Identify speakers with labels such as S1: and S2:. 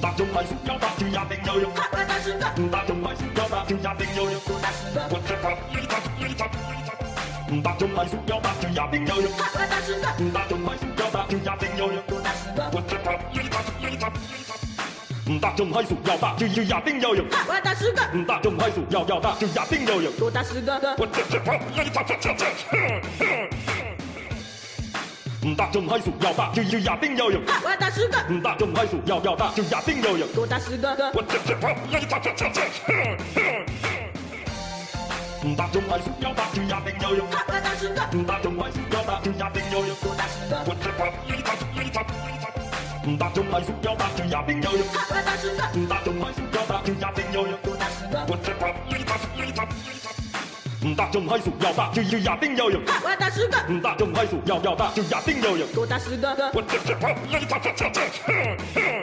S1: 百種米要百條也定有用，百種米要百條也定有用，我只怕一百一百一百，百種米要百條也定有用，百種米要百條也定有用，我只怕一百一百一百，百種米要百條也定有用，百種米要要百條也定有用，我只只怕一百一百，百種米要百條也定有用。唔得就唔係數，又又得就一定有人。我只只怕一打只只只，唔得就唔係數，又得就一定有人。唔得就唔係數，又得就一定有人。我只怕一打一打一打，唔得就唔係數，又得就一定有人。唔得就唔係數，又得就一定有人。我只怕一打一打一打，唔得就唔係數，又得就一定有人。唔得就唔係數，又又得就一定有人。我只只怕一打只只只。